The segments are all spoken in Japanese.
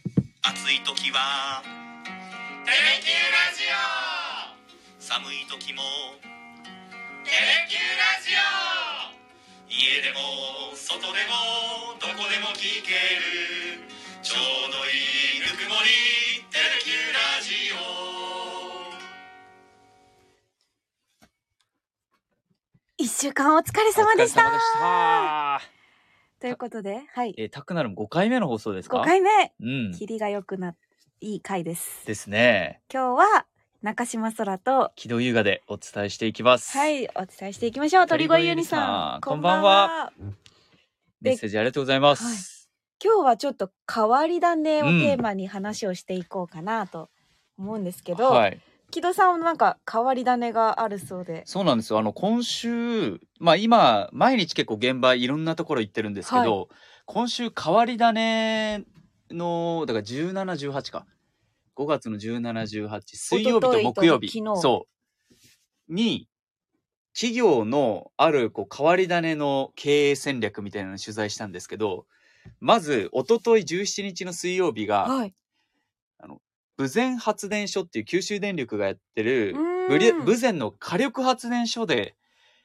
テレキューラ暑い時はジオ寒い時もテレキューラジオ家でも外でもどこでも聞けるちょうどいいぬくもりテレキューラジオ一週間お疲れ様でしお疲れ様たでしたということで、はい。えー、タクナルも5回目の放送ですか5回目、うん。霧が良くな、いい回です。ですね。今日は、中島空と、木戸優雅でお伝えしていきます。は。い、お伝えしていきましょう。鳥鳥越越ゆゆりりささん。んメッセージありがとうございます。今日はちょっと変わり種をテーマに話をしていこうかなと思うんですけど、はい。木戸さんはなんか変わり種があるそうで。そうなんですよ。あの、今週、まあ今、毎日結構現場いろんなところ行ってるんですけど、今週変わり種の、だから17、18か。5月の17、18、水曜日と木曜日。一昨日と昨日そう。に、企業のあるこう変わり種の経営戦略みたいなのを取材したんですけど、まず、一昨日17日の水曜日が、はい。豊前発電所っていう九州電力がやってる、うブリーん豊前の火力発電所で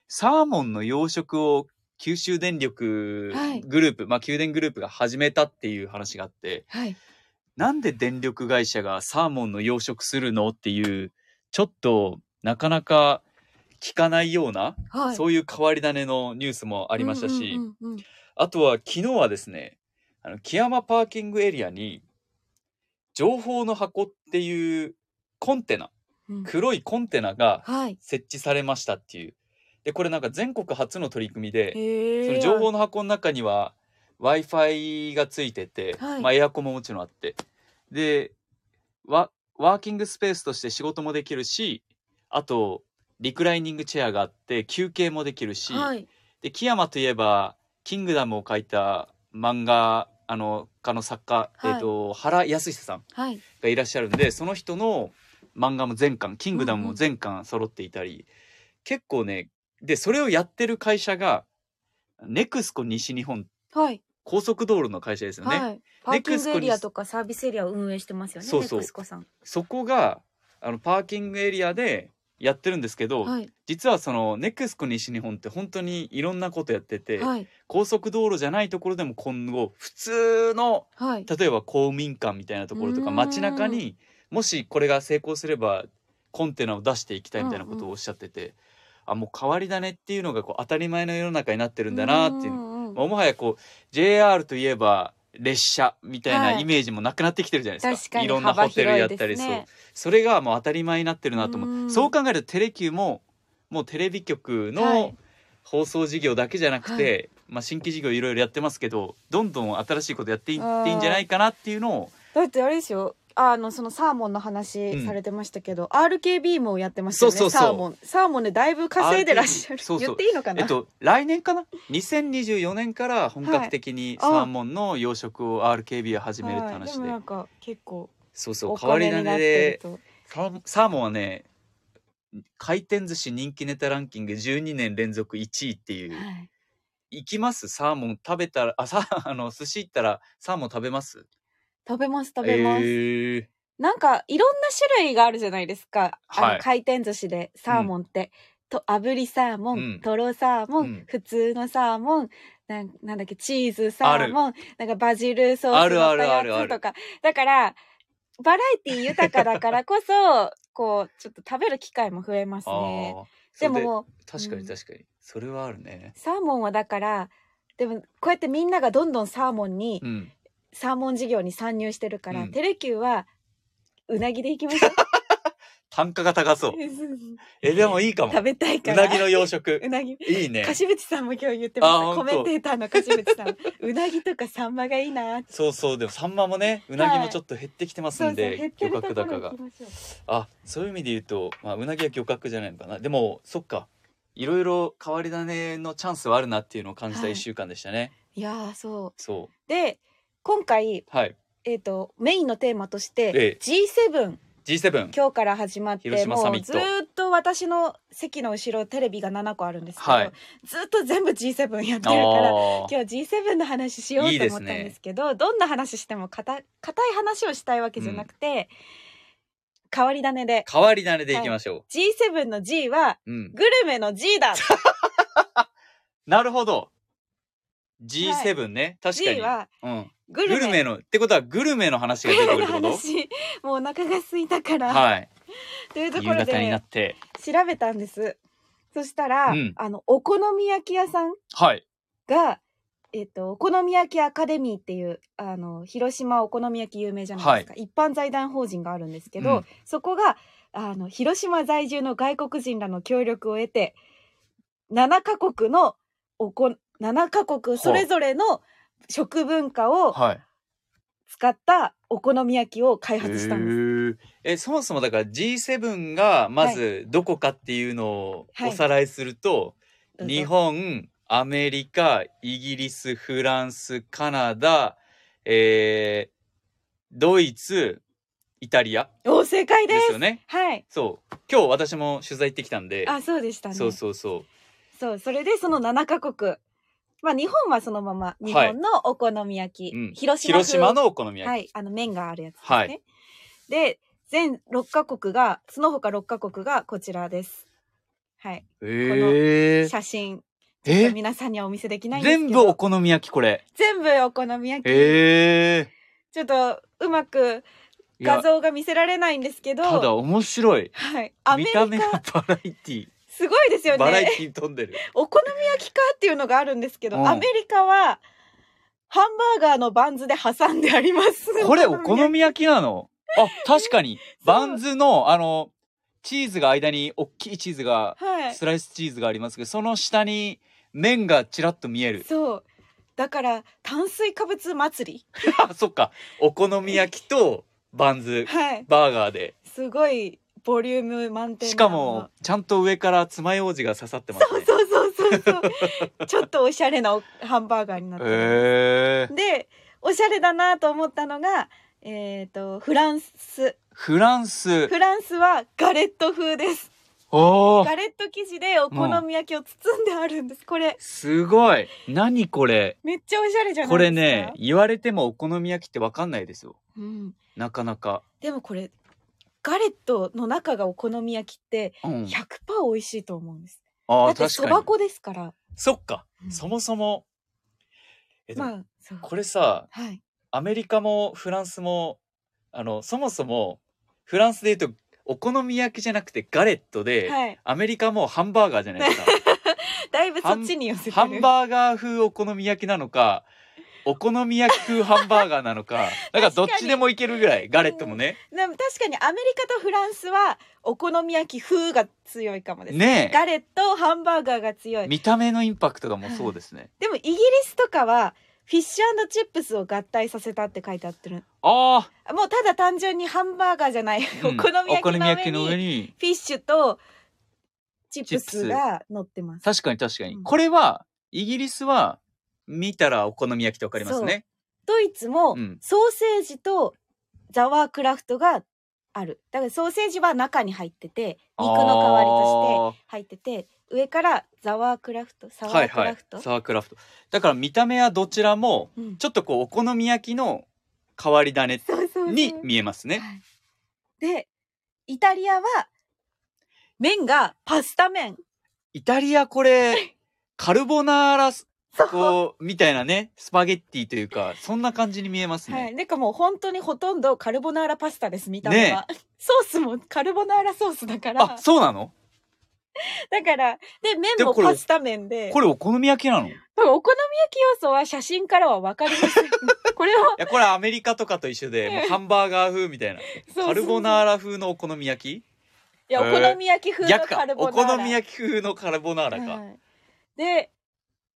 サーモンの養殖を九州電力はいグループ、まあ九電グループが始めたっていう話があってはい。なんで電力会社がサーモンの養殖するのっていうちょっとなかなか聞かないような、はい。そういう変わり種のニュースもありましたし、うんうんうんうんあとは昨日はですねあの木山パーキングエリアに情報の箱っていうコンテナうん黒いコンテナがはい。設置されましたっていうでこれなんか全国初の取り組みでそへのえ。情報の箱の中には w i f i がついてて、はいまあ、エアコンももちろんあってでワワーキングスペースとして仕事もできるしあとリクライニングチェアがあって休憩もできるし、はい。で木山といえば「キングダム」を書いた漫画あの家の作家、はいえっと原康久さんはい。がいらっしゃるんでその人の漫画も全巻「キングダム」も全巻揃っていたり、結構ねでそれをやってる会社がネクスコ西日本はい。高速道路の会社ですよね。はい。パーキングエリアとかサービスエリアを運営してますよね。そうそうネクスコさん。そこがあのパーキングエリアでやってるんですけど、はい。実はそのネクスコ西日本って本当にいろんなことやってて、はい。高速道路じゃないところでも今後普通のはい。例えば公民館みたいなところとうーかん街中にもしこれが成功すればコンテナを出していきたいみたいなことをおっしゃってて、あもう変わり種っていうのがこう当たり前の世の中になってるんだなっていう、うんうんまあもはやこう JR といえば列車みたいはないイメージもなくなってきてるじゃないで確すか,、かにいろんなホテルやった幅広りいですそうねそれがもう当たり前になってるなと思ううんそう考えるとテレキューももうテレビ局はのい放送事業だけじゃなくて、まあ、新規事業いろいろやってますけどどんどん新しいことやっていっていいんじゃないかなっていうのをだってあれですよ。あのそのサーモンの話されてましたけど、RKB もやってましたよね。そうそうそうサーモン。サーモンでだいぶ稼いでらっしゃる。 RKB そうそう言っていいのかな。えっと来年かな2024年から本格的にはいあサーモンの養殖を RKB を始めるってはい話でもで、なんか結構そうそおう変わり金にな種ってるでと。サーモンサーモンはね回転寿司人気ネタランキング12年連続1位っていう、はい行きますサーモン食べたらあさ あの寿司行ったらサーモン食べます食べます食べます。えーなんかいろんな種類があるじゃないですか。あはのい回転寿司でサーモンって。と炙りサーモン、うんとろサーモン、うん普通のサーモンなんなんだっけチーズサーモンなんかバジルソースあるのあったるやあるあつるとかだからバラエティ豊かだからこそ こうちょっと食べる機会も増えますあね。ーでそもれもう確かうんに確かに、それはあるねサーモンはだからでもこうやってみんながどんどんサーモンに、うんサーモン事業に参入してるから、うんテレキューはうなぎでいきましょう。単価が 高そうえでもいいかも食べたいうからなぎの養 殖うなぎいいね樫渕さんも今日言ってあましたコ本メ当ンテーターの樫渕さんうなぎとかサンマがいいなってそうそうでもサンマもねうなぎもちょっと減ってきてますんで、減って漁るとこ獲ろ高行がきましょうあそういう意味で言うと、まあ、うなぎは漁獲じゃないのかなでもそっかいろいろ変わり種のチャンスはあるなっていうのを感じたはい1週間でしたね、いやーそうそで今回うはいえっ、とメインのテーマとしてええ G7 G7 今日から始まって広島もサうミッずトーっと私の席の後ろテレビが7個あるんですけど、はいずーっと全部 G7 やってるからあー今日 G7 の話しようと思ったんですけどどんな話してもかた硬い話をしたいわけじゃなくて、変わり種で変わり種でいきましょう、 G7 の G はうんグルメの G だなるほど G7 ね、確か G に、はうん、ググルルメメのってことはグルメの話グが出てルくるメのってこと話もうお腹が空いたから、はいというとこ夕ろ方になでって調べたんですそしたら、うんあのお好み焼き屋さんはいが、えっと、お好み焼きアカデミーっていうあの広島お好み焼き有名じゃないですか、一般財団法人があるんですけど、うんそこがあの広島在住の外国人らの協力を得て7カ国のおこ7カ国それぞれの食文化をはい使ったお好み焼きを開発したんです。へーえそもそもだから G7 がまずどこかっていうのをはいおさらいすると、どうぞ日本アメリカイギリスフランスカナダ、えードイツイタリアお正解でですすよね。はい。そう今日私も取材行ってきたんで、あ、そうでしたね。そうそうそうそう、それでその7カ国。まあ日本はそのまま、日本のお好み焼き、うん広島風広島のお好みは焼い、あの麺があるやつですね。はいで、全6カ国が、その他6カ国がこちらです。はい、き。え写真。え皆さんにはお見せできないんですけど全部お好み焼きこれ。全部お好み焼き、えちょっとうまくえ画像が見せられないんですけどただ面白い。はい、アメ見リた目がカバラエティ、すごいですよバラエねティ飛んでる。お好み焼きかっていうのがあるんですけど、うんアメリカはハンバーガーのバンズで挟んでありますこれお好み焼きなのあ確かにうバンズのあのチーズが間に大きいチーズがはいスライスチーズがありますけどその下に麺がちらっと見えるそうだから炭水化物祭りあ そっかお好み焼きとバンズはいバーガーですごいボリューム満点なしかもちゃんと上から爪楊枝が刺さってま すそうねそうそうそうそうちょっとおしゃれなおハンバーガーになってる、へ えでおしゃれだなと思ったのがえっ、とフランスフランスフランスはガレット風ですおーガレット生地でお好み焼きを包んであるんですこれすごい何これめっちゃおしゃれじゃないですかこれね言われてもお好み焼きってわかんないですようん、なかなか、でもこれガレットの中がお好み焼きってうん、 100%美味しいと思うんです、あだあって確そかにば粉ですからそっか、うんそもそも。えでもまあそうこれさ、はいアメリカもフランスも、あの、そもそも、フランスで言うと、お好み焼きじゃなくてガレットで、はいアメリカもハンバーガーじゃないです か。だいぶそっちに寄せてるハンバーガー風お好み焼きなのか、お好み焼き風ハンバーガーなのか、なんかどっちでもいけるぐらい、ガレットもね。でも確かにアメリカとフランスはお好み焼き風が強いかもです、ねガレットハンバーガーが強え。い見た目のインパクトがもうそうですね。でもイギリスとかはフィッシュチップスを合体させたって書いてあってるあもうただ単純にハンバーガーじゃない、あ、うんお好み焼きの上にに。フィッシュとチップチップススが乗ってます確かに確かに、うんこれはイギリスは見たらお好み焼きとわかりますねドイツもうんソーセージとザワークラフトがあるだからソーセージは中に入ってて肉の代わりとして入ってて入ってて上からザワークラフトサあワーはいークはラいフト、サワークラフトだから見た目はどちらもうんちょっとこうお好み焼きの変わり種そうそうそうに見えますねはいでイタリアは麺がパスタ麺イタリアこれカルボナーラスそうこうみたいなねスパゲッティというかそんな感じに見えますね、はい、なんかもう本当にほとんどカルボナーラパスタです見た目は、ソースもカルボナーラソースだからあそうなのだからでで麺ももこれパスタ麺でこれお好み焼きなのい多分お好み焼き要素は写真からは分かりま せんこれはやこれアメリカとかと一緒でもうハンバーガー風みたいなカルボナーラ風のお好み焼いきやおえー好み焼き風の逆カかルボナおーラ好み焼き風のカルボナーラか、はいで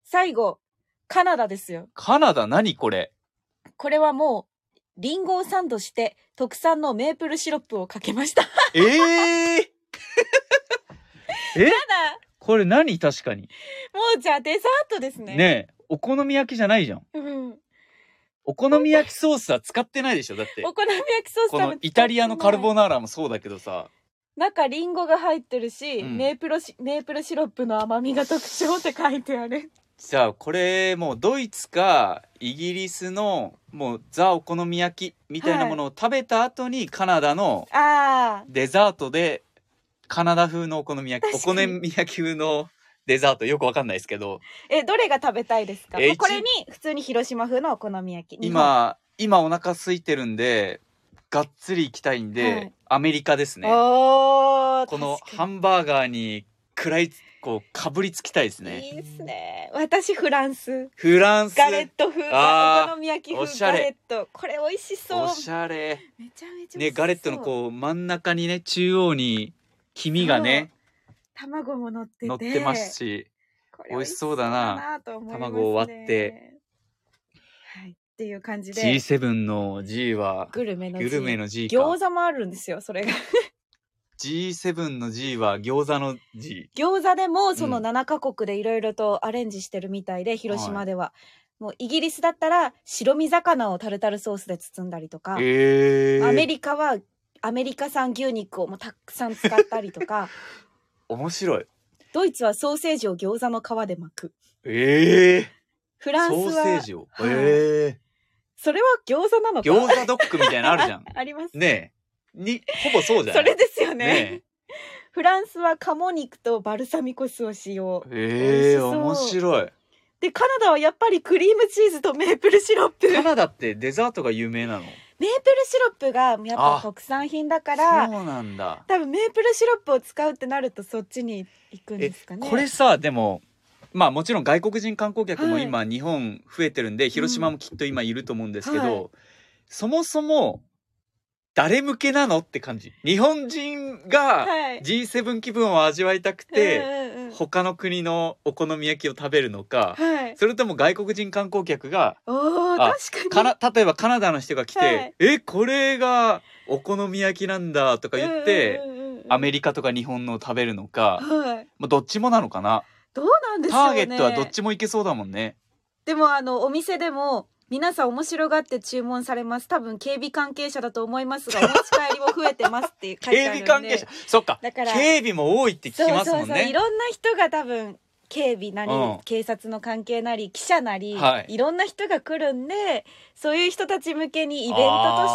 最後カナダですよカナダ何これこれはもうリンゴをサンドして特産のメープルシロップをかけました たえええだこれ何確かにもうじゃあデザートですねねえお好み焼きじゃないじゃんうんお好み焼きソースは使ってないでしょだってお好み焼きソースこのイタリアのカルボナナーラもそうだけどさ中リンゴが入ってるし、うんメープルシメープルシロップの甘みが特徴って書いてあるじゃあこれもうドイツかイギリスのもうザお好み焼きみたいなものを食べた後にカナダのあデザートでカナダ風のお好み焼きお確好かにみ焼き風のデザートよくわかんないですけどーえどれが食べたいですかえもう一これに普通に広島風のお好み焼き今今お腹空いてるんでがっつり行きたいんで、はいアメリカです日ね本おーこの確かハンバーガーに食らいつこうかぶりつきたいですにねいいですね私フランスフランスガレット風あーお好み焼きお風しゃガれレットこれ美味しそうおしゃれめちゃめちゃ美味しそうねガレットのこう真ん中にね中央に黄身がね卵も乗ってて乗ってますしこれ美味しそうだな美味しそうだなと思いますね卵を割ってはいっていう感じで G7 の G はグルメのグルメの G か餃子もあるんですよそれが G7 の G は餃子の G 餃子でもそうのん7カ国でいろいろとアレンジしてるみたいで、広は島いではもうイギリスだったら白身魚をタルタルソースで包んだりとか、えアメー、リカはアメリカ産牛肉をもうたくさん使ったりと か面白いドイツはソーセージを餃子の皮で巻くえフー、ランスソはーセージを、はいえそれは餃子なのー、か餃子ドッグみたいなのあるじゃんありますねえにほぼそうじゃそないれですよねねフランスは鴨肉とバルサミコ酢を使用ええー、美面味し白いでカナダはやっぱりクリームチーズとメープルシロップカナダってデザートが有名なのメープルシロップがやっぱ国産品だからそうなんだ多分メープルシロップを使うってなるとそっちに行くんですかねこれさでもまあもちろん外国人観光客もはい今日本増えてるんで、広島もきっと今いると思うんですけど、はいそもそも誰向けなのって感じ日本人がはい G7 気分を味わいたくて、うんうんうん他の国のお好み焼きを食べるのか、はいそれとも外国人観光客がおーあ確かかにな例えばカナダの人が来て「はいえこれがお好み焼きなんだ」とか言って、うんうんうんうんアメリカとか日本のを食べるのか、はいまあ、どっちもなのかな。どうなんでしょタうーねゲットはどっちもいけそうだもんね。でもあのお店でも皆さん面白がって注文されます多分警備関係者だと思いますがお持ち帰りも増えてますって書い警てあるん備で関係者、そっかだから警備も多いって聞きますもんそね。うそうそういろんな人が多分警備なり、うん警察の関係なり記者なり、はいいろんな人が来るんでそういう人たち向けにイベントとし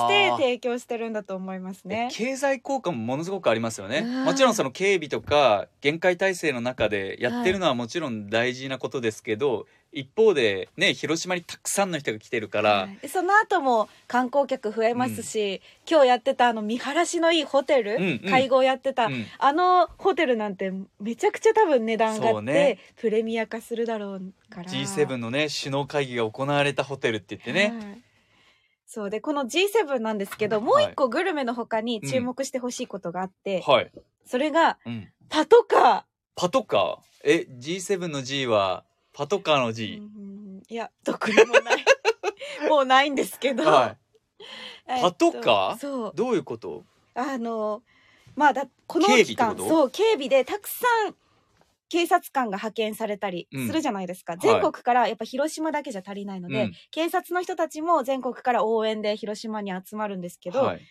てあー提供してるんだと思いますね。経済効果もものすごくありますよね。うんもちろんその警備とか厳戒態勢の中でやってるのはもちろん大事なことですけど、一方でね広島にたくさんの人が来てるから、はいでその後も観光客増えますし、今日やってたあの見晴らしのいいホテル、うんうん会合やってた、うんあのホテルなんてめちゃくちゃ多分値段上がそうって、ねプレミア化するだろうから G7 のね首脳会議が行われたホテルって言ってね、はいそうでこの G7 なんですけどもう一個グルメの他に注目してほしいことがあって、はい、それがうん、パトカパトカーえ G7 の G はパトカーのー、う G、んいやどこにもない もうないんですけど、はいえっパトカーそうどういうことあのまあだこの警備って期間ことそう警備でたくさん警察官が派遣されたりするじゃないですか、い全国からやっぱ広島だけじゃ足りないので、うん警察の人たちも全国から応援で広島に集まるんですけど、はい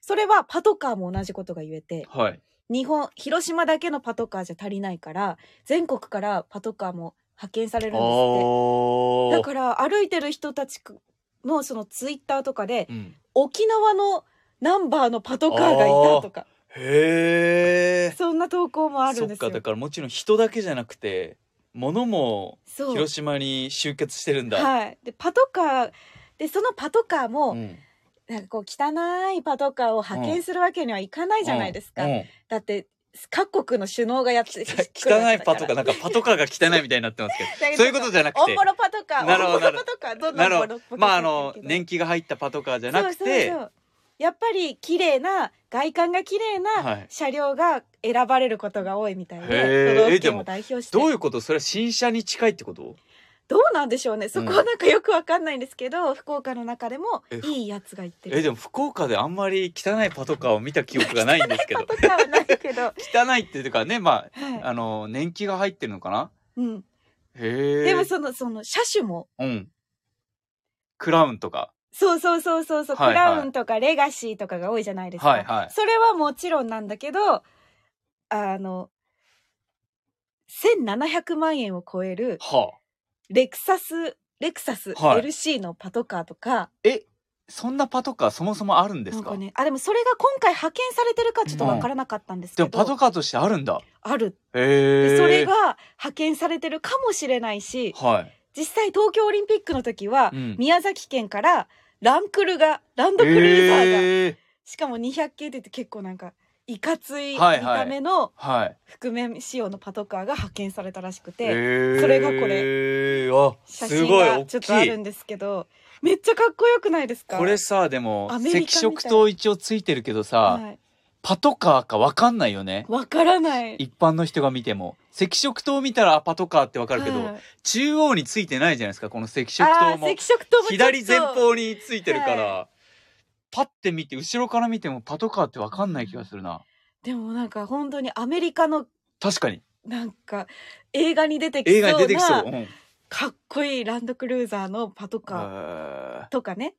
それはパトカーも同じことが言えてはい日本広島だけのパトカーじゃ足りないから全国からパトカーも派遣されるんですっておだから歩いてる人たちのそのツイッターとかでうん、沖縄のナンバーのパトカーがいたとかへえそんな投稿もあるんそでっすよかだからもちろん人だけじゃなくて物もそう広島に集結してるんだ、はいでパトカーでそのパトカーも、うんなんかこう汚いパトカーを派遣するわけにはいかないじゃないですか、うんうんだって各国の首脳がやってきて汚いパトカーなんかパトカーが汚いみたいになってますけだけどそういうことじゃなくて 大物パトカーなるほど大物パトカーどんどななるほ大物どパトカーまああのだけど年季が入ったパトカーじゃなくてそうそうそうやっぱり綺麗な外観が綺麗はない車両が選ばれることが多いみたいで、へー都道府で県もを代表してどういうことそれは新車に近いってことどうなんでしょうねそこはなんかよくわかんないんですけど、福岡の中でもえいいやつが行ってるえでも福岡であんまり汚いパトカーを見た記憶がないんですけどパトカーはないけど、は 汚いっていうかねまあいあの年季が入ってるのかなうん、へえでもそのその車種もうんクラウンとかそうそうそうそうそう、はいはいクラウンとかレガシーとかが多いじゃないですか、はいはいそれはもちろんなんだけどあの1700万円を超えるはあレクサスレクサスはい LC のパトカーとかえそんなパトカーそもそもあるんでなすんかかねあでもそれが今回派遣されてるかちょっとわからなかったんですけでど、もパトカーとしてあるんだあるへでえそれが派遣されてるかもしれないしはい実際東京オリンピックの時は、うん宮崎県からランクルがランドクルーザーが、へえしかも200系って言って結構なんかいかつい見はいはいた目のはい覆面仕様のパトカーが派遣されたらしくて、へえそれがこれあ写す真ごいが大ちょっとあきるいんですけどめっちゃかっこよくないですかこれさでもアメリカみたい赤色灯一応ついてるけどさ、はいパトカーかわかんないよねわからない 一般の人が見ても赤色灯見たらあパトカーってわかるけど、はい中央についてないじゃないですかこの赤色あ灯ーも赤色灯もちょっと左前方についてるから、はパッて見て後ろから見てもパトカーってわかんない気がするなでもなんか本当にアメリカの確かになんか映画に出てき映そう画に出てきそう、なうん、かっこいいランドクルーザーのパトカーあとかね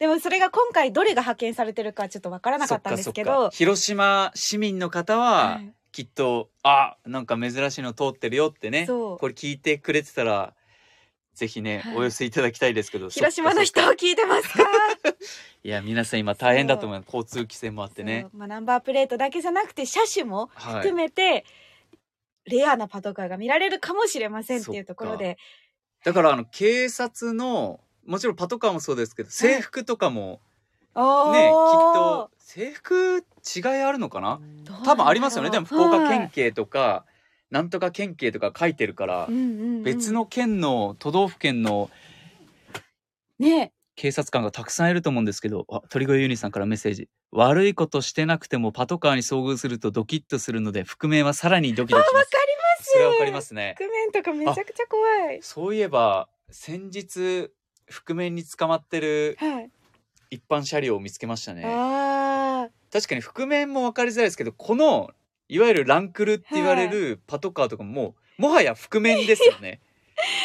でもそれが今回どれが派遣されてるかちょっとわからーなかったんですそっかけそっどか広島市民の方ははいきっと、あなんか珍しいの通ってるよってねそうこれ聞いてくれてたらぜひね、はいお寄せいただきたいですけど広島のそっか人を聞いてますかそっかいや皆さん今大変だと思います交通規制もあってねそうまあ、ナンバープレートだけじゃなくて車種もは含いめて、レアなパトカーが見られるかもしれませんっていうところでだからあの警察のもちろんパトカーもそうですけど制服とかもおーね、きっと制服違いあるのかなどうなんだろう多分ありますよねでも福岡は県い警とか、なんとか県警とか書いてるから、うんうんうん別の県の都道府県のね警察官がたくさんいると思うんですけどあ鳥越ユニさんからメッセージ「悪いことしてなくてもパトカーに遭遇するとドキッとするので覆面はさらにドキドキします」わかそれはわかりますね。覆面とかめちゃくちゃ怖いそういえば先日覆面に捕まってるはい、一般車両を見つけましたね。あ確かに覆面も分かりづらいですけどこのいわゆるランクルって言われるパトカーとかも、もはや覆面ですよ ね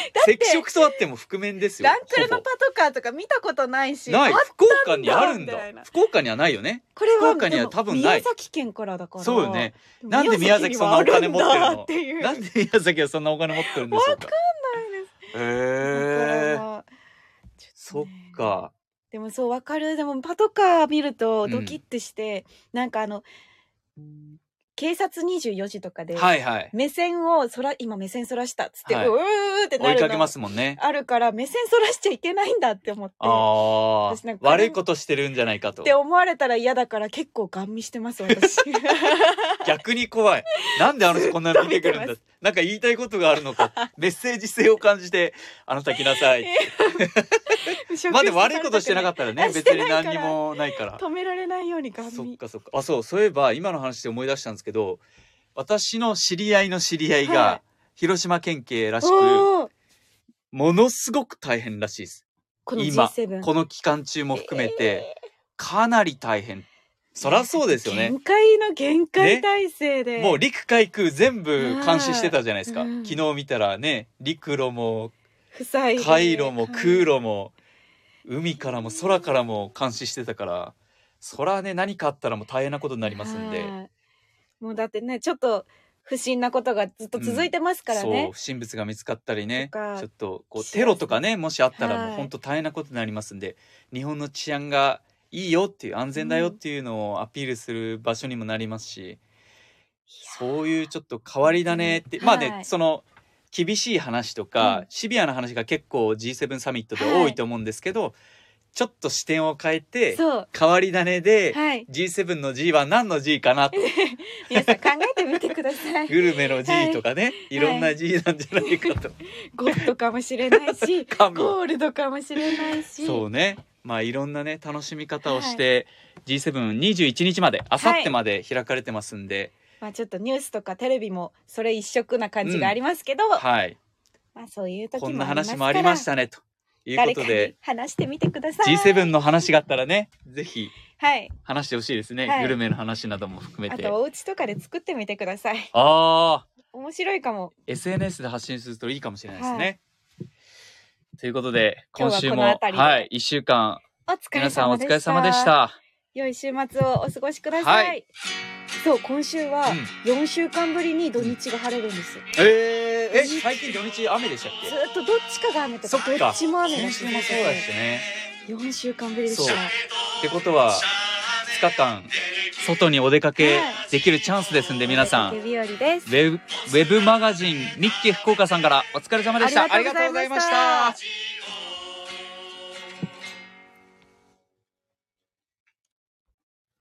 って赤色とあっても覆面ですーよランクルのほパトカーとか見たことないしぼないあ福岡にあるんだみたいな福岡にはないよねこれは福岡には多分ないでも宮崎県からだからそうよねなんで宮崎そんなお金持ってるのっていうなんで宮崎はそんなお金持ってるんでしょうかへだからえまあちょそとっねかでもそうわかるでもパトカー見るとうんドキッてして、なんかあの警察24時とかで、はい はい目線をそら今目線そらしたっつって、はいうーってな追るいのかけますもんねあるから目線そらしちゃいけないんだって思ってっあ私なんーか悪いことしてるんじゃないかとて思われたら嫌だから結構ガン見してます 私逆に怖いなんであの人こんなの見てくるんずだっなんか言いたいことがある のかメッセージ性を感じてあなた来なさいまあでも悪いことしてなかっったらあねし別てないにから何にもないから止められないようにガンそっ見かそっかあそうそういえば今の話で思い出したんですけど私の知り合いの知り合いはが広島県警らしくおーものすごく大変らしいですこの今 G7 この期間中も含めてかなり大変そらそうですよね限界の限界ね体制で、もう陸海空全部監視してたじゃないですか、はいうん昨日見たらね陸路も不採用海路も空路も海からも空からも監視してたからそらね何かあったらもう大変なことになりますんで、はいもうだってねちょっと不審なことがずっと続いてますからそうね、不審物が見つかったりねとかちょっとこうテロとかねもしあったらもはうい本当大変なことになりますんで、日本の治安がいいよっていう安全だよっていうのをアピールする場所にもなりますし、そういうちょっと変わり種って、はいまあねその厳しい話とか、うんシビアな話が結構 G7 サミットで多いと思うんですけど、ちょっと視点を変えてそう変わり種で、はい G7 の G は何の G かなと皆さん考えてみてくださ いグルメの G とかね、い、ろんな G なんじゃないかと。ゴッドかもしれない しかもゴールドかもしれないしそうねまあいろんなね楽しみ方をして、G721 日まであさってまで開かれてますんで、まあちょっとニュースとかテレビもそれ一色な感じがありますけど、はい、まあそういう時もこありんまなすから話もありましたねというこ誰とかでに話してみてください G7 の話があったらねぜひはい話してほしいですね、はいグルメの話なども含めあてとお家とかで作ってみてくださいああ面白いかも SNS で発信するといいかもしれないですね。はということで今今日は週こもの辺りではい1週間お疲れ様でした。皆さんお疲れ様でし。た。良い週末をお過ごしください。はそう、今週はうん4週間ぶりに土日が晴れるんです。えー、え、最近土日雨でしたっずーっとどっちかが雨とそっか、かどっちもけ雨が先して週もまそすうねでしたね。 4週間ぶりでしそた。うはってことは、2日間、外にお出かけできるチャンスですんで、い皆さん、手ウ日和です。ェブ、ウェブマガジン、日記福岡さんからお疲れ様でした。ありがとうございましたありがとうございまし「た。